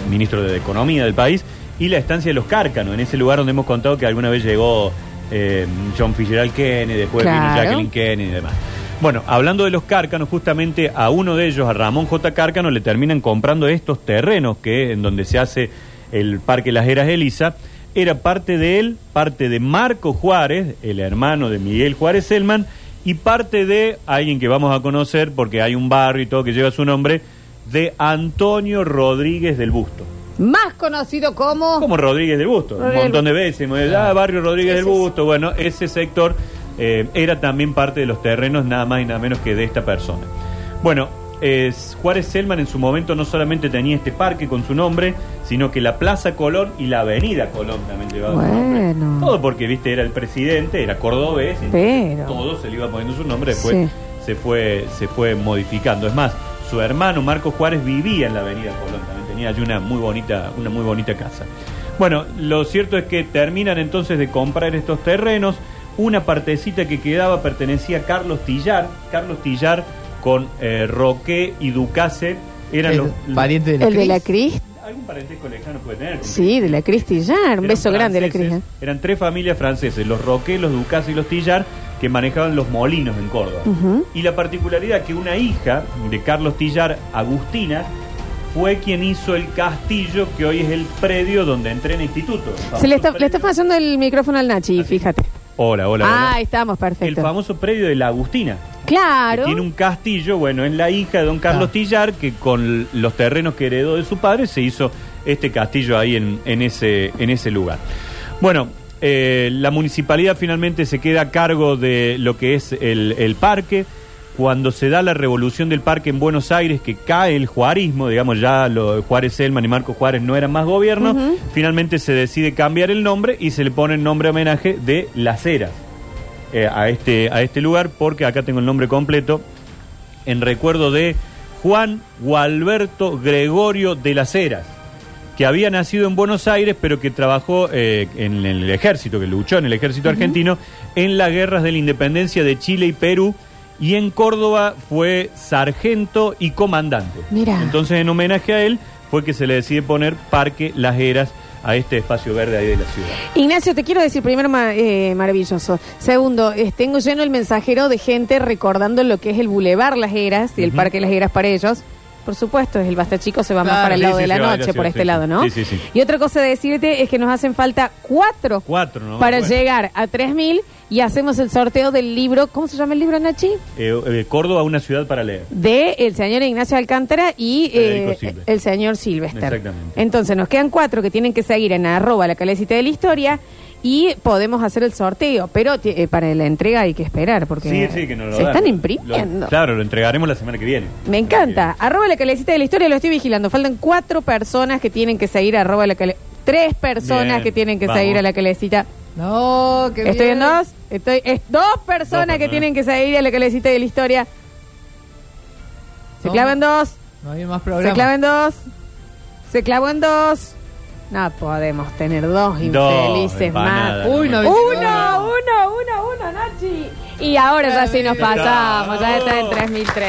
Speaker 2: ministro de Economía del país, y la estancia de los Cárcanos, en ese lugar donde hemos contado que alguna vez llegó eh, John Fitzgerald Kennedy, después vino
Speaker 1: Claro.
Speaker 2: Jacqueline Kennedy y demás. Bueno, hablando de los cárcanos, justamente a uno de ellos, a Ramón J. Cárcano, le terminan comprando estos terrenos que en donde se hace el Parque Las Heras Elisa. Era parte de él, parte de Marco Juárez, el hermano de Miguel Juárez Selman, y parte de alguien que vamos a conocer, porque hay un barrio y todo que lleva su nombre, de Antonio Rodríguez del Busto.
Speaker 1: Más conocido como.
Speaker 2: Como Rodríguez del Busto, un
Speaker 1: Rodríguez
Speaker 2: montón de veces. me dice, "Ah, barrio Rodríguez
Speaker 1: Sí,
Speaker 2: del
Speaker 1: sí,
Speaker 2: Busto. Bueno, ese sector eh, era también parte de los terrenos, nada más y nada menos que de esta persona. Bueno, es- Juárez Selman en su momento no solamente tenía este parque con su nombre, sino que la Plaza Colón y la Avenida Colón también llevaban su nombre.
Speaker 1: Bueno.
Speaker 2: Todo porque, viste, era el presidente, era cordobés, entonces
Speaker 1: Pero.
Speaker 2: todo se le iba poniendo su nombre, después
Speaker 1: Sí.
Speaker 2: se, fue, se fue modificando. Es más, su hermano Marco Juárez vivía en la avenida Colón, también tenía allí una muy bonita, una muy bonita casa. Bueno, lo cierto es que terminan entonces de comprar estos terrenos. Una partecita que quedaba pertenecía a Carlos Tillar. Carlos Tillar con eh, Roque y Ducase eran
Speaker 3: Es
Speaker 2: los...
Speaker 3: pariente de la
Speaker 1: el de la
Speaker 3: Cris.
Speaker 1: Cris.
Speaker 2: Algún parentesco lejano puede tener. con
Speaker 1: Sí, de la Cris Tillar. Un
Speaker 2: eran
Speaker 1: beso grande de la Cris.
Speaker 2: franceses,
Speaker 1: ¿eh?
Speaker 2: Eran tres familias franceses, los Roque, los Ducasse y los Tillar, que manejaban los molinos en Córdoba.
Speaker 1: Ujú.
Speaker 2: Y la particularidad que una hija de Carlos Tillar, Agustina, fue quien hizo el castillo que hoy es el predio donde entrena instituto.
Speaker 1: Se le está,
Speaker 2: Famoso
Speaker 1: le está
Speaker 2: predio-
Speaker 1: pasando el micrófono al Nachi,
Speaker 2: Así.
Speaker 1: fíjate.
Speaker 2: Hola, hola,
Speaker 1: ah,
Speaker 2: hola.
Speaker 1: ahí estamos,
Speaker 2: El
Speaker 1: perfecto.
Speaker 2: famoso predio de la Agustina.
Speaker 1: claro.
Speaker 2: Que tiene un castillo, bueno, es la hija de don Carlos
Speaker 3: Ah.
Speaker 2: Tillar, que con los terrenos que heredó de su padre se hizo este castillo ahí en, en ese, en ese lugar. Bueno, eh, la municipalidad finalmente se queda a cargo de lo que es el, el parque. Cuando se da la revolución del parque en Buenos Aires, que cae el juarismo, digamos ya lo, Juárez Selman y Marco Juárez no eran más gobierno, finalmente se decide cambiar el nombre y se le pone el nombre homenaje de Las Heras eh, a, este, a este lugar porque acá tengo el nombre completo en recuerdo de Juan Gualberto Gregorio de las Heras, que había nacido en Buenos Aires pero que trabajó eh, en, el ejército, que luchó en el ejército argentino en las guerras de la independencia de Chile y Perú y en Córdoba fue sargento y comandante.
Speaker 1: Mirá.
Speaker 2: Entonces en homenaje a él fue que se le decide poner Parque Las Heras a este espacio verde ahí de la ciudad.
Speaker 1: Ignacio, te quiero decir, primero, ma- eh, maravilloso. Segundo, eh, tengo lleno el mensajero de gente recordando lo que es el Boulevard Las Heras y el
Speaker 2: Ujú.
Speaker 1: Parque Las Heras para ellos. Por supuesto, el Basta Chico se va más
Speaker 3: Claro,
Speaker 1: para el
Speaker 2: sí,
Speaker 1: lado
Speaker 2: sí,
Speaker 1: de la
Speaker 2: se va,
Speaker 1: noche,
Speaker 2: ya se
Speaker 1: por
Speaker 2: va,
Speaker 1: este
Speaker 2: sí,
Speaker 1: lado,
Speaker 2: sí.
Speaker 1: ¿no?
Speaker 2: Sí, sí, sí.
Speaker 1: Y otra cosa de decirte es que nos hacen falta cuatro,
Speaker 2: Cuatro, ¿no?
Speaker 1: para
Speaker 2: Bueno.
Speaker 1: llegar a 3.000 y hacemos el sorteo del libro, ¿cómo se llama el libro, Nachi?
Speaker 2: Eh, eh, Córdoba, una ciudad para leer.
Speaker 1: de el señor Ignacio Alcántara y
Speaker 2: Federico
Speaker 1: eh,
Speaker 2: Silvestre.
Speaker 1: el señor Silvester.
Speaker 2: Exactamente.
Speaker 1: Entonces nos quedan cuatro que tienen que seguir en arroba la calecita de la historia Y podemos hacer el sorteo, pero eh, para la entrega hay que esperar porque
Speaker 2: Sí, sí, que nos lo
Speaker 1: se
Speaker 2: dan.
Speaker 1: están
Speaker 2: Lo-
Speaker 1: imprimiendo.
Speaker 2: claro, lo entregaremos la semana que viene.
Speaker 1: Me encanta. Arroba la calecita de la historia, lo estoy vigilando. Faltan cuatro personas que tienen que seguir a arroba la cale... Tres personas
Speaker 2: Bien,
Speaker 1: que tienen que
Speaker 2: vamos.
Speaker 1: seguir a la calecita.
Speaker 3: No, que
Speaker 1: Estoy en dos. Estoy, es dos personas
Speaker 2: Dos
Speaker 1: que
Speaker 2: personas.
Speaker 1: tienen que seguir a la calecita de la historia. Se
Speaker 3: No.
Speaker 1: clavan dos.
Speaker 3: No había más
Speaker 1: Se
Speaker 3: problemas.
Speaker 1: clavan dos. Se clavó en dos. No podemos tener dos infelices más.
Speaker 2: empanadas.
Speaker 1: Uno,
Speaker 3: Uy, no
Speaker 1: uno,
Speaker 3: había-
Speaker 1: uno, uno, Nachi. Y ahora ya sí nos pasamos. Ya está en 3003.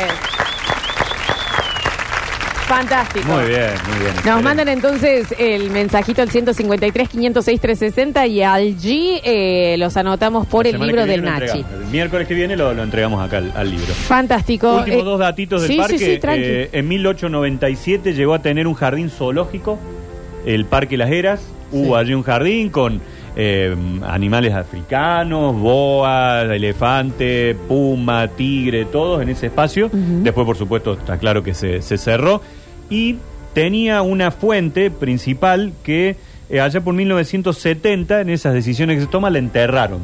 Speaker 1: Fantástico.
Speaker 2: Muy bien, muy bien.
Speaker 1: Nos
Speaker 2: excelente.
Speaker 1: mandan entonces el mensajito al 153 506 360 y allí eh, los anotamos por
Speaker 2: La
Speaker 1: el
Speaker 2: semana
Speaker 1: libro
Speaker 2: que viene
Speaker 1: del
Speaker 2: lo
Speaker 1: Nachi.
Speaker 2: entregamos. El miércoles que viene lo, lo entregamos acá al, al libro.
Speaker 1: Fantástico.
Speaker 2: Últimos
Speaker 1: Eh,
Speaker 2: dos datitos del
Speaker 1: sí,
Speaker 2: parque.
Speaker 1: Sí, sí, tranqui.
Speaker 2: Eh, en 1897 llegó a tener un jardín zoológico, el Parque Las Heras. Hubo allí un jardín con eh, animales africanos, boas, elefante, puma, tigre, todos en ese espacio. Después, por supuesto, está claro que se, se cerró. Y tenía una fuente principal que eh, allá por 1970, en esas decisiones que se toman, la enterraron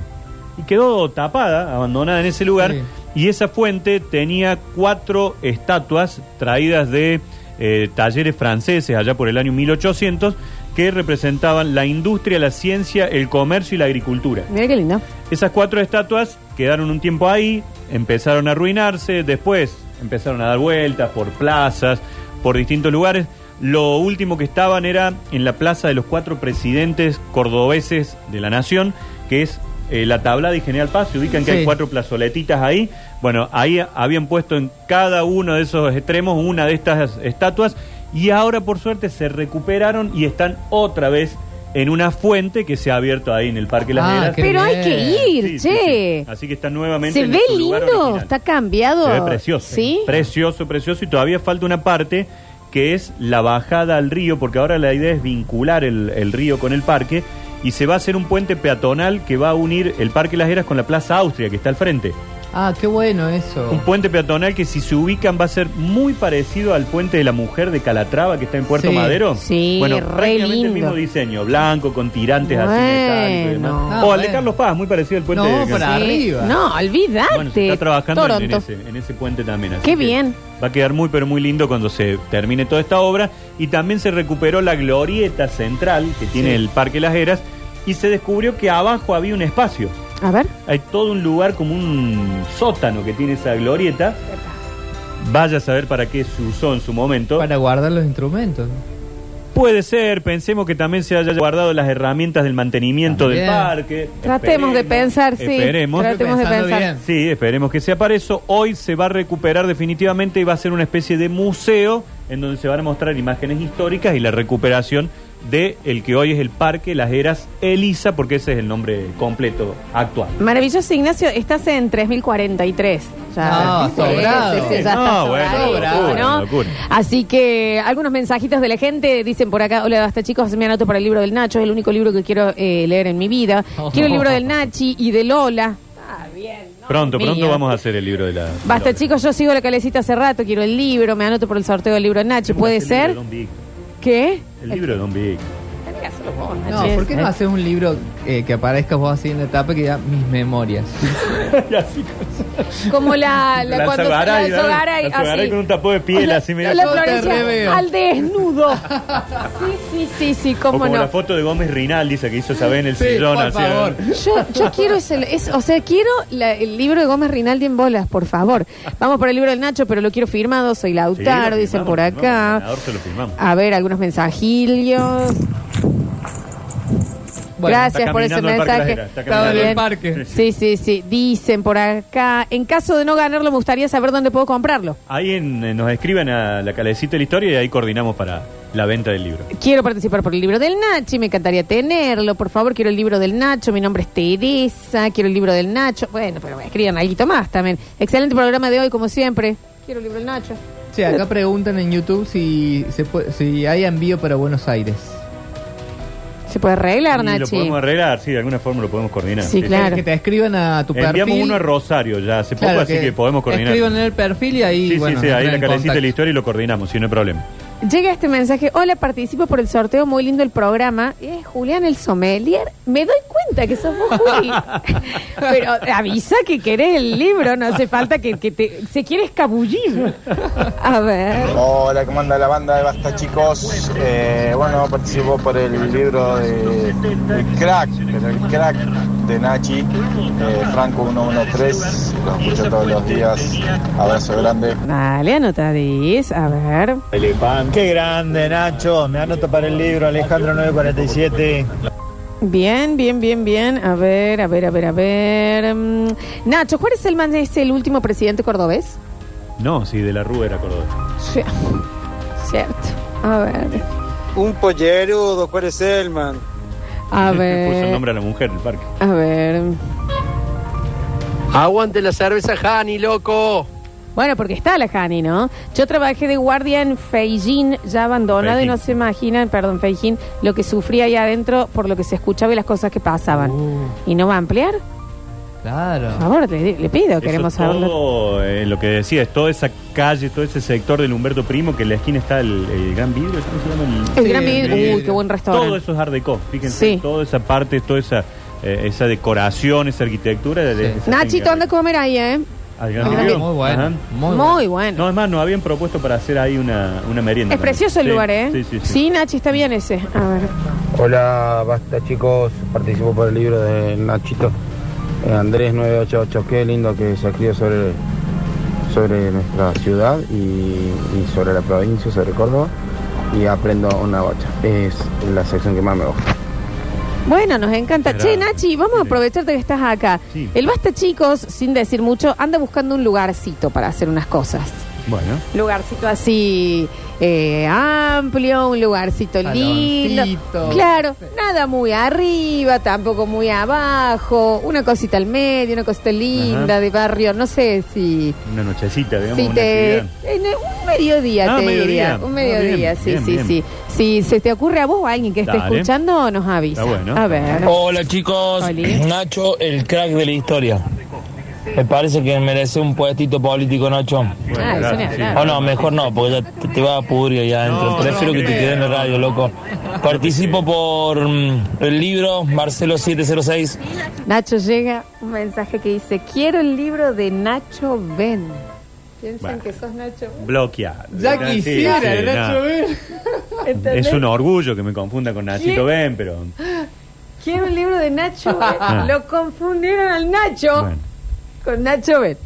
Speaker 2: y quedó tapada, abandonada en ese lugar.
Speaker 3: Sí.
Speaker 2: Y esa fuente tenía cuatro estatuas traídas de eh, talleres franceses allá por el año 1800 que representaban la industria, la ciencia, el comercio y la agricultura.
Speaker 1: Mira qué lindo.
Speaker 2: Esas cuatro estatuas quedaron un tiempo ahí, empezaron a arruinarse, después empezaron a dar vueltas por plazas, por distintos lugares. Lo último que estaban era en la plaza de los cuatro presidentes cordobeses de la nación, que es eh, la tablada y General Paz. Se ubican que
Speaker 3: Sí.
Speaker 2: hay cuatro plazoletitas ahí. Bueno, ahí habían puesto en cada uno de esos extremos una de estas estatuas y ahora por suerte se recuperaron y están otra vez en una fuente que se ha abierto ahí en el Parque Las
Speaker 3: Ah,
Speaker 2: Heras.
Speaker 3: qué
Speaker 1: Pero hay
Speaker 3: bien.
Speaker 1: que ir,
Speaker 2: Sí, sí,
Speaker 1: che.
Speaker 2: sí. Así que está nuevamente.
Speaker 1: Se
Speaker 2: en
Speaker 1: ve
Speaker 2: su lugar
Speaker 1: lindo,
Speaker 2: original.
Speaker 1: está cambiado.
Speaker 2: Se ve precioso.
Speaker 1: Sí.
Speaker 2: Precioso, precioso. Y todavía falta una parte que es la bajada al río, porque ahora la idea es vincular el, el río con el parque. Y se va a hacer un puente peatonal que va a unir el Parque Las Heras con la Plaza Austria, que está al frente.
Speaker 3: Ah, qué bueno eso.
Speaker 2: Un puente peatonal que si se ubican va a ser muy parecido al puente de la mujer de Calatrava que está en Puerto
Speaker 3: Sí.
Speaker 2: Madero.
Speaker 1: Sí,
Speaker 2: bueno,
Speaker 1: re
Speaker 2: prácticamente
Speaker 1: lindo.
Speaker 2: el mismo diseño, blanco, con tirantes así metálicos y demás.
Speaker 1: Bueno.
Speaker 3: Ah,
Speaker 2: o al de
Speaker 3: bueno.
Speaker 2: Carlos Paz, muy parecido al puente
Speaker 3: No,
Speaker 2: de
Speaker 3: para arriba.
Speaker 1: No, olvídate.
Speaker 2: Bueno, se está trabajando en- en,
Speaker 1: Toronto.
Speaker 2: ese, en ese puente también. así
Speaker 1: Qué
Speaker 2: que
Speaker 1: bien.
Speaker 2: Va a quedar muy, pero muy lindo cuando se termine toda esta obra. Y también se recuperó la glorieta central que tiene
Speaker 3: Sí.
Speaker 2: el Parque Las Heras. Y se descubrió que abajo había un espacio.
Speaker 1: A ver.
Speaker 2: Hay todo un lugar como un sótano que tiene esa glorieta. Vaya a saber para qué se usó en su momento.
Speaker 3: Para guardar los instrumentos.
Speaker 2: Puede ser, pensemos que también se haya guardado las herramientas del mantenimiento del
Speaker 3: También.
Speaker 2: parque.
Speaker 1: Tratemos de
Speaker 2: Esperemos,
Speaker 1: pensar, sí.
Speaker 2: Esperemos.
Speaker 1: Tratemos de
Speaker 3: Pensando
Speaker 1: pensar.
Speaker 3: bien.
Speaker 2: Sí, esperemos que sea para eso. Hoy se va a recuperar definitivamente y va a ser una especie de museo en donde se van a mostrar imágenes históricas y la recuperación de el que hoy es el Parque Las Heras Elisa, porque ese es el nombre completo actual.
Speaker 1: Maravilloso, Ignacio. Estás en 3043. Ya,
Speaker 3: No, sobrado.
Speaker 1: Sí, sí, sí, ya
Speaker 2: No,
Speaker 1: está
Speaker 2: bueno,
Speaker 1: sobrado,
Speaker 2: locura,
Speaker 1: ¿no?
Speaker 2: locura.
Speaker 1: Así que algunos mensajitos de la gente dicen por acá: Hola, basta chicos, me anoto para el libro del Nacho. Es el único libro que quiero eh, leer en mi vida. Quiero el libro del Nachi y de Lola. Ah, bien. no,
Speaker 2: Pronto,
Speaker 1: mío.
Speaker 2: pronto vamos a hacer el libro de la...
Speaker 1: Basta, chicos, yo sigo la calecita hace rato, quiero el libro, me anoto por el sorteo del libro Nachi. ¿Puede ser? ¿Qué?
Speaker 2: El libro de Don Vic.
Speaker 1: Tenés que hacerlo vos,
Speaker 3: No,
Speaker 1: Nachi.
Speaker 3: ¿por qué no haces un libro eh, que aparezcas vos así en la etapa que diga mis memorias?
Speaker 2: Y así
Speaker 1: Como la, la,
Speaker 2: Lanza
Speaker 1: cuando se
Speaker 2: Garay,
Speaker 1: lanzó
Speaker 2: ¿no?
Speaker 1: Garay,
Speaker 2: Lanza Garay
Speaker 1: así.
Speaker 2: con un tapó de piel, así, mira.
Speaker 1: la
Speaker 3: Yo te
Speaker 1: Florencia
Speaker 3: reveo.
Speaker 1: al desnudo. Sí, sí, sí, sí,
Speaker 2: O
Speaker 1: cómo
Speaker 2: como
Speaker 1: no.
Speaker 2: la foto de Gómez Rinaldi, esa que hizo saber en el
Speaker 3: Sí,
Speaker 2: sillón.
Speaker 3: por
Speaker 2: así,
Speaker 3: favor.
Speaker 1: Yo, yo quiero ese, es- o sea, quiero la- el libro de Gómez Rinaldi en bolas, por favor. Vamos por el libro del Nacho, pero lo quiero firmado, soy
Speaker 2: Sí, lo
Speaker 1: Lautaro,
Speaker 2: filmamos,
Speaker 1: dicen por
Speaker 2: lo filmamos,
Speaker 1: acá.
Speaker 2: el ganador se lo filmamos.
Speaker 1: A ver, algunos mensajillos.
Speaker 3: Bueno,
Speaker 1: Gracias
Speaker 2: está
Speaker 1: por ese
Speaker 2: caminando al Parque
Speaker 1: mensaje.
Speaker 2: Las Heras, está
Speaker 3: Estaba en el
Speaker 1: Bien.
Speaker 3: parque.
Speaker 1: Sí, sí, sí. Dicen por acá, en caso de no ganarlo, me gustaría saber dónde puedo comprarlo.
Speaker 2: Ahí en- eh, nos escriben a la calecita de la historia y ahí coordinamos para la venta del libro.
Speaker 1: Quiero participar por el libro del Nachi, me encantaría tenerlo. Por favor, quiero el libro del Nacho. Mi nombre es Teresa, quiero el libro del Nacho. Bueno, pero me escriban algo más también. Excelente programa de hoy, como siempre. Quiero el libro del Nacho.
Speaker 3: Sí, acá preguntan en YouTube si, se puede- si hay envío para Buenos Aires.
Speaker 1: ¿Se puede arreglar,
Speaker 2: Y lo
Speaker 1: Nachi?
Speaker 2: podemos arreglar, sí, de alguna forma lo podemos coordinar.
Speaker 1: Sí, Claro.
Speaker 3: Que te escriban a tu perfil.
Speaker 2: Enviamos uno a Rosario ya hace poco,
Speaker 3: Claro,
Speaker 2: así que, podemos coordinar.
Speaker 3: Escriban en el perfil y ahí,
Speaker 2: sí,
Speaker 3: bueno,
Speaker 2: sí, sí, ahí
Speaker 3: entran
Speaker 2: la
Speaker 3: en
Speaker 2: calecita de
Speaker 3: contacto.
Speaker 2: la historia y lo coordinamos, si no hay problema.
Speaker 1: Llega este mensaje, hola, participo por el sorteo, muy lindo el programa. Es Julián el sommelier. Me doy cuenta que sos vos, Juli. Pero avisa que querés el libro, no hace falta que, que te... Se quiere escabullir. A ver.
Speaker 5: Hola, ¿cómo anda la banda de Basta Chicos? Eh, bueno, participo por el libro de, de Crack, pero el Crack de Nachi, eh, Franco 113, lo escucho todos los días, abrazo grande.
Speaker 1: Dale, anotadís. A ver.
Speaker 6: Qué grande, Nacho. Me anoto para el libro Alejandro 947.
Speaker 1: Bien, bien, bien, bien. A ver, a ver, a ver, a ver. Mm, Nacho, ¿Juárez Selman es el último presidente cordobés?
Speaker 2: No, sí, de la Rúa era Córdoba.
Speaker 1: Sí. Cierto. A ver.
Speaker 6: Un pollerudo, ¿cuál es el man?
Speaker 1: A
Speaker 2: Le puso el
Speaker 1: ver.
Speaker 2: nombre a la mujer del parque.
Speaker 1: A ver.
Speaker 7: Aguante la cerveza Hani, loco.
Speaker 1: Bueno, porque está la Jani, ¿no? Yo trabajé de guardia en Feijin, ya abandonado, y no
Speaker 2: Feijing.
Speaker 1: se imaginan, perdón, Feijin, lo que sufría ahí adentro por lo que se escuchaba y las cosas que pasaban.
Speaker 2: Uh.
Speaker 1: ¿Y no va a ampliar?
Speaker 3: Claro.
Speaker 1: Por favor, le, le pido, queremos
Speaker 2: Eso
Speaker 1: saberlo.
Speaker 2: todo, eh, lo que decías, toda esa calle, todo ese sector del Humberto Primo, que en la esquina está el, el Gran Vidrio, ¿cómo se llama? El-
Speaker 1: El gran
Speaker 3: Sí,
Speaker 1: vidrio.
Speaker 2: Eh,
Speaker 1: Uy, qué buen restaurante.
Speaker 2: Todo eso es Art Deco, fíjense,
Speaker 1: Sí.
Speaker 2: toda esa parte, toda esa, eh, esa decoración, esa arquitectura. de- de-
Speaker 3: Sí.
Speaker 2: esa
Speaker 1: Nachito,
Speaker 2: finca.
Speaker 1: anda a comer ahí, ¿eh?
Speaker 2: Al Gran
Speaker 3: Ah,
Speaker 2: Vidrio.
Speaker 3: muy bueno.
Speaker 2: Ajá.
Speaker 3: Muy, bueno.
Speaker 1: Muy bueno.
Speaker 2: No, es más, nos habían propuesto para hacer ahí una, una merienda.
Speaker 1: Es precioso el
Speaker 2: Sí,
Speaker 1: lugar, ¿eh?
Speaker 2: Sí, sí, sí.
Speaker 1: Nachi, está bien ese. A ver.
Speaker 8: Hola, basta chicos, participo por el libro de Nachito eh, Andrés 988. Qué lindo que se escribe sobre, sobre nuestra ciudad y, y sobre la provincia, sobre Córdoba. Y aprendo una bocha. Es la sección que más me gusta.
Speaker 1: Bueno, nos encanta.
Speaker 2: Era-
Speaker 1: Che, Nachi, vamos a
Speaker 2: Sí.
Speaker 1: aprovecharte que estás acá.
Speaker 2: Sí.
Speaker 1: El Basta Chicos, sin decir mucho, anda buscando un lugarcito para hacer unas cosas.
Speaker 2: Bueno.
Speaker 1: Lugarcito así eh, amplio, un lugarcito lindo.
Speaker 3: Saloncito.
Speaker 1: Claro, nada muy arriba, tampoco muy abajo. Una cosita al medio, una cosita linda
Speaker 2: Ajá.
Speaker 1: de barrio. No sé si.
Speaker 2: Una nochecita, digamos,
Speaker 1: Sí,
Speaker 2: una
Speaker 1: te- Ah,
Speaker 2: actividad.
Speaker 1: en un mediodía
Speaker 2: Ah,
Speaker 1: te
Speaker 2: mediodía.
Speaker 1: diría. Un
Speaker 2: Ah,
Speaker 1: mediodía,
Speaker 2: bien,
Speaker 1: sí,
Speaker 2: bien,
Speaker 1: sí,
Speaker 2: bien.
Speaker 1: sí. Si se te ocurre a vos o a alguien que esté
Speaker 2: Dale.
Speaker 1: escuchando, nos avisa.
Speaker 2: Está bueno.
Speaker 1: A ver.
Speaker 9: Hola chicos,
Speaker 1: Oli.
Speaker 9: Nacho, el crack de la historia. Me parece que merece un puestito político, Nacho.
Speaker 2: Bueno,
Speaker 1: Ah, eso
Speaker 2: gracias,
Speaker 1: ni
Speaker 2: sí.
Speaker 1: hablar.
Speaker 9: O no, mejor no, porque ya te, te va a pudrir allá adentro.
Speaker 2: No,
Speaker 9: Prefiero
Speaker 2: no
Speaker 9: que te
Speaker 2: creo.
Speaker 9: quedes en la radio, loco. Participo por mm, el libro Marcelo 706.
Speaker 1: Nacho llega un mensaje que dice: Quiero el libro de Nacho Ben. Piensan
Speaker 2: Bueno.
Speaker 1: que sos Nacho Ben.
Speaker 2: Bloquea.
Speaker 3: Ya
Speaker 2: Sí,
Speaker 3: quisiera,
Speaker 2: sí,
Speaker 3: Nacho, ¿eh?
Speaker 2: no.
Speaker 3: ver.
Speaker 2: Es un orgullo que me confunda con Nachito Ben, pero.
Speaker 1: Quiero el libro de Nacho Ben. Lo confundieron al Nacho
Speaker 2: Ah. Bueno.
Speaker 1: con Nacho Ben.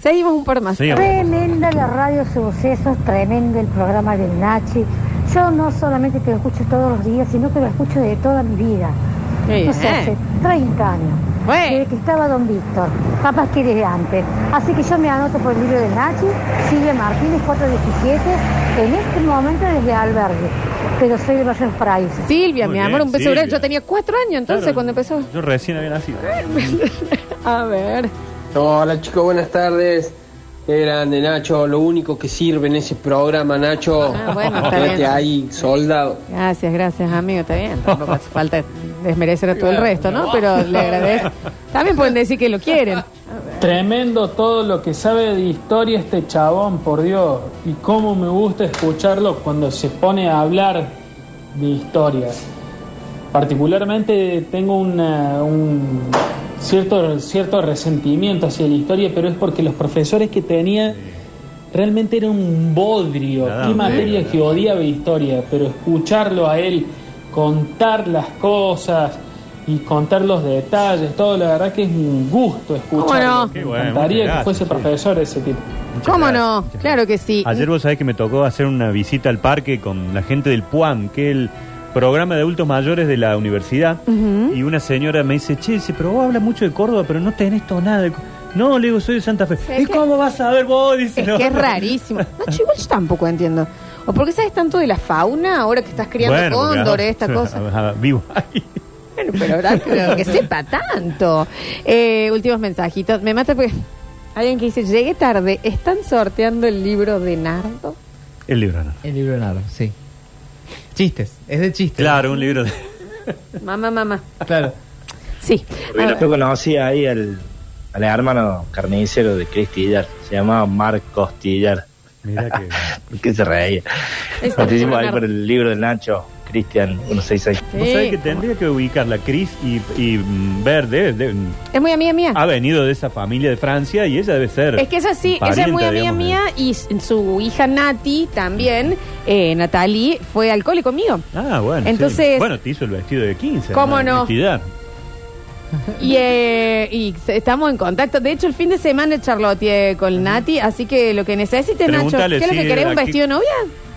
Speaker 1: Seguimos un par más.
Speaker 2: Sí,
Speaker 10: Tremenda la radio Sucesos, tremendo el programa del Nachi. Yo no solamente que lo escucho todos los días, sino que lo escucho de toda mi vida.
Speaker 1: Bien.
Speaker 10: No sé, hace 30 años.
Speaker 1: Eh, Bueno.
Speaker 10: Desde que estaba Don Víctor, capaz que desde antes. Así que yo me anoto por el libro del Nachi, Silvia Martínez 417, en este momento desde Albergue. Pero soy de Barrio Price.
Speaker 1: Silvia,
Speaker 2: Muy
Speaker 1: mi
Speaker 2: bien,
Speaker 1: amor, un beso
Speaker 2: Silvia.
Speaker 1: grande. Yo tenía cuatro años entonces
Speaker 2: Claro,
Speaker 1: cuando empezó.
Speaker 2: Yo recién había nacido.
Speaker 1: A ver.
Speaker 7: Hola chicos, buenas tardes. Qué grande Nacho, lo único que sirve en ese programa Nacho.
Speaker 1: Ah, bueno, está
Speaker 7: Quédate
Speaker 1: bien.
Speaker 7: ahí, soldado.
Speaker 1: Gracias, gracias, amigo. Está bien. Tampoco hace falta desmerecer a todo el resto, ¿no? Pero le agradezco. También pueden decir que lo quieren.
Speaker 11: Tremendo todo lo que sabe de historia este chabón, por Dios. Y cómo me gusta escucharlo cuando se pone a hablar de historia. Particularmente tengo una- un cierto, cierto resentimiento hacia la historia, pero es porque los profesores que tenía realmente era un bodrio.
Speaker 2: Nada,
Speaker 11: y
Speaker 2: un
Speaker 11: materias
Speaker 2: bodrio,
Speaker 11: que odiaba historia, pero escucharlo a él contar las cosas y contar los detalles, todo, la verdad que es un gusto escucharlo.
Speaker 1: no?
Speaker 2: Qué
Speaker 11: Me
Speaker 2: bueno,
Speaker 11: encantaría
Speaker 2: muchas
Speaker 11: que fuese
Speaker 2: gracias,
Speaker 11: profesor ese tipo.
Speaker 1: ¿Cómo
Speaker 2: gracias,
Speaker 1: no?
Speaker 2: muchas
Speaker 1: Claro que sí.
Speaker 2: Ayer vos sabés que me tocó hacer una visita al parque con la gente del PUAM, que es el programa de adultos mayores de la universidad. Y una señora me dice, che, dice, pero vos hablas mucho de Córdoba, pero no tenés tonada. de Co-". No, le digo, soy de Santa Fe.
Speaker 1: Es
Speaker 2: ¿Y
Speaker 1: que-
Speaker 2: cómo vas a ver vos? Dice,
Speaker 1: Es
Speaker 2: "No".
Speaker 1: que es rarísimo. Nacho, igual yo tampoco entiendo. ¿O por qué sabes tanto de la fauna ahora que estás criando
Speaker 2: Bueno, porque,
Speaker 1: cóndores,
Speaker 2: ah,
Speaker 1: esta cosa?
Speaker 2: ah, Vivo ahí.
Speaker 1: Bueno, pero habrá que, que sepa tanto. Eh, últimos mensajitos. Me mata porque alguien que dice, llegué tarde, ¿están sorteando el libro de Nardo?
Speaker 2: El libro no.
Speaker 3: El libro de Nardo, sí. Chistes, es de chistes.
Speaker 2: Claro, un libro de...
Speaker 1: Mamá, mamá.
Speaker 3: Claro.
Speaker 1: Sí. A ver.
Speaker 8: Yo conocí ahí al, al hermano carnicero de Chris Tiller, se llamaba Marcos Tiller.
Speaker 2: Mirá que...
Speaker 12: ¿Qué se reía?
Speaker 1: Ese
Speaker 12: Participo ahí
Speaker 1: Leonardo.
Speaker 12: por el libro del Nacho, Cristian 166.
Speaker 2: ¿Vos sabés que tendría que ubicarla? Cris y, y mm, Ver debe- debe-
Speaker 1: Es muy amiga mía.
Speaker 2: ha venido de esa familia de Francia y ella debe ser.
Speaker 1: Ah. Es que es así, ella es muy amiga
Speaker 2: parienta, digamos,
Speaker 1: mía y s- su hija Nati también, eh, Natalie, fue alcohólico mío.
Speaker 2: Ah, bueno. sí.
Speaker 1: Entonces-
Speaker 2: Bueno, te hizo el vestido de 15.
Speaker 1: ¿Cómo
Speaker 2: ¿no?
Speaker 1: no?
Speaker 2: Honestidad.
Speaker 1: Y, eh, y se- estamos en contacto. De hecho, el fin de semana charloteé con Nati, así que lo que necesites, Nacho, ¿qué
Speaker 2: Preguntale,
Speaker 1: es lo que
Speaker 2: sí,
Speaker 1: querés? ¿Un
Speaker 2: aquí-
Speaker 1: vestido de novia?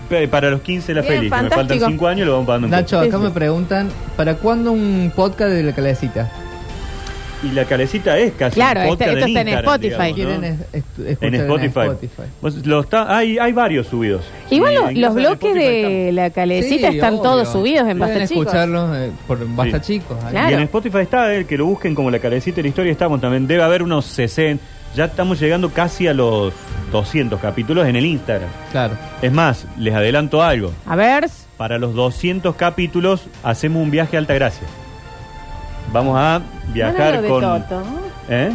Speaker 2: Pe- Para los 15 la
Speaker 1: Bien,
Speaker 2: feliz. que Me faltan
Speaker 1: fantástico.
Speaker 2: 5 años lo vamos pagando en
Speaker 3: Nacho, acá
Speaker 2: cuotas.
Speaker 3: me preguntan, ¿para cuándo un podcast de la calecita?
Speaker 2: Y la calecita es casi.
Speaker 1: Claro,
Speaker 2: un
Speaker 1: este-
Speaker 2: podcast
Speaker 1: esto está en
Speaker 2: Instagram,
Speaker 1: Spotify.
Speaker 2: digamos, ¿no?
Speaker 3: Quieren es- estu- escuchar
Speaker 2: En Spotify. Vos- lo está- hay, hay varios subidos.
Speaker 1: Igual
Speaker 2: Y
Speaker 1: lo-
Speaker 2: en
Speaker 1: los
Speaker 2: casa de
Speaker 1: bloques de la calecita
Speaker 3: Sí,
Speaker 1: están
Speaker 3: obvio.
Speaker 1: todos subidos en
Speaker 3: Pueden
Speaker 1: Basta Chicos.
Speaker 3: escucharlos eh, por Basta
Speaker 2: Sí.
Speaker 3: Chicos. ahí.
Speaker 1: Claro.
Speaker 2: Y en Spotify está, el que lo busquen como la carecita de la historia, estamos también. Debe haber unos 60. Ya estamos llegando casi a los 200 capítulos en el Instagram.
Speaker 3: Claro.
Speaker 2: Es más, les adelanto algo.
Speaker 1: A ver,
Speaker 2: Para los 200 capítulos hacemos un viaje a Altagracia. Vamos a viajar
Speaker 1: no lo veo de
Speaker 2: con...
Speaker 1: Toto.
Speaker 2: ¿Eh?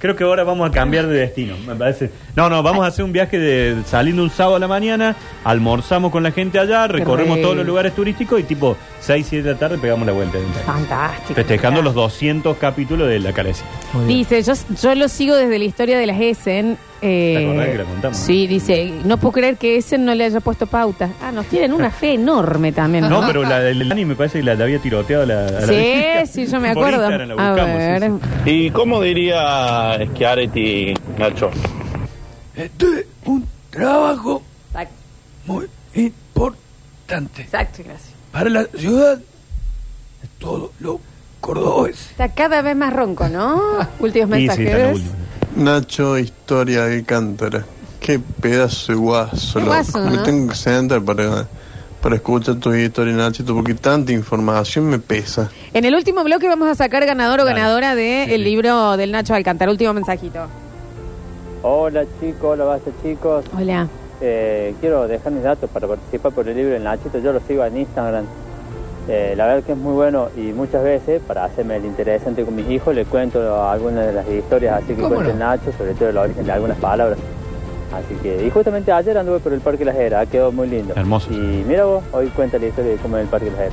Speaker 2: Creo que ahora vamos a cambiar de destino, me parece. No, no, vamos a hacer un viaje de saliendo un sábado a la mañana, almorzamos con la gente allá, recorremos
Speaker 1: re.
Speaker 2: todos los lugares turísticos y tipo 6, 7 de la tarde pegamos la vuelta.
Speaker 1: Ah, fantástico.
Speaker 2: Festejando los 200 capítulos de La Carecia.
Speaker 3: Muy bien.
Speaker 1: Dice, yo, yo lo sigo desde la historia de las Essen. eh,
Speaker 2: ¿Te acordás que la contamos?
Speaker 1: Sí, dice, no puedo creer que Essen no le haya puesto pauta. Ah, nos tienen una fe enorme también.
Speaker 2: No, pero la del Dani me parece que la, la había tiroteado a la... a la-
Speaker 1: Sí, sí, yo me
Speaker 2: Por
Speaker 1: acuerdo.
Speaker 2: Instagram la
Speaker 1: A
Speaker 2: buscamos, sí,
Speaker 1: ver.
Speaker 9: ¿Y cómo diría Schiaretti, Nacho?
Speaker 13: Trabajo
Speaker 1: Exacto,
Speaker 13: muy importante
Speaker 1: exacto, gracias.
Speaker 13: para la ciudad de todos los cordobeses.
Speaker 1: Está cada vez más ronco, ¿no? Últimos mensajes.
Speaker 14: Nacho, historia de Cántara. Qué pedazo de guaso,
Speaker 1: Qué
Speaker 14: loco.
Speaker 1: guaso,
Speaker 14: Me
Speaker 1: ¿no?
Speaker 14: tengo que sentar para, para escuchar tu historia, Nachito, porque tanta información me pesa.
Speaker 1: en el último bloque vamos a sacar ganador o ganadora del libro del Nacho Alcántara. Último mensajito.
Speaker 15: Hola chicos, hola basta chicos.
Speaker 1: Hola.
Speaker 15: Eh, quiero dejar mis datos para participar por el libro del Nachito. Yo lo sigo en Instagram. Eh, la verdad que es muy bueno y muchas veces, para hacerme el interesante con mis hijos, le cuento algunas de las historias así que
Speaker 3: ¿Cómo
Speaker 15: cuenta
Speaker 3: no?
Speaker 15: el Nacho, sobre todo el origen de algunas palabras. Así que, y justamente ayer anduve por el Parque Las Heras, quedó muy lindo. Hermoso. Y mira vos, hoy cuenta la historia de cómo es el Parque Las Heras.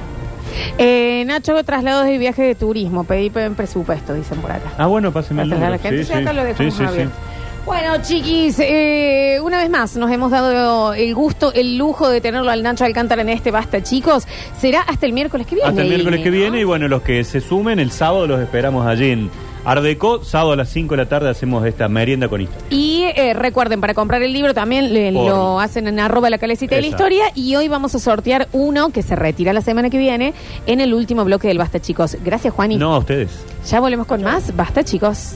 Speaker 1: Eh, Nacho, traslados y viajes de turismo. Pedí en presupuesto, dicen por acá.
Speaker 2: Ah, bueno, pásenme el
Speaker 1: Gracias a
Speaker 2: número.
Speaker 1: la gente, sí, acá lo dejamos
Speaker 2: sí, sí, sí.
Speaker 1: abierto. Bueno, chiquis, eh, una vez más nos hemos dado el gusto, el lujo de tenerlo al Nacho Alcántara en este Basta, chicos. Será hasta el miércoles que viene.
Speaker 2: Hasta el miércoles que viene y bueno, los que se sumen, el sábado los esperamos allí en Ardeco. Sábado a las 5 de la tarde hacemos esta merienda con Instagram.
Speaker 1: Y eh, recuerden, para comprar el libro también le-
Speaker 2: Por-
Speaker 1: lo hacen en arroba la calecita de la
Speaker 2: Esa.
Speaker 1: historia. Y hoy vamos a sortear uno que se retira la semana que viene en el último bloque del Basta, chicos. Gracias, Juani.
Speaker 2: No, a ustedes.
Speaker 1: Ya volvemos con más Basta, chicos.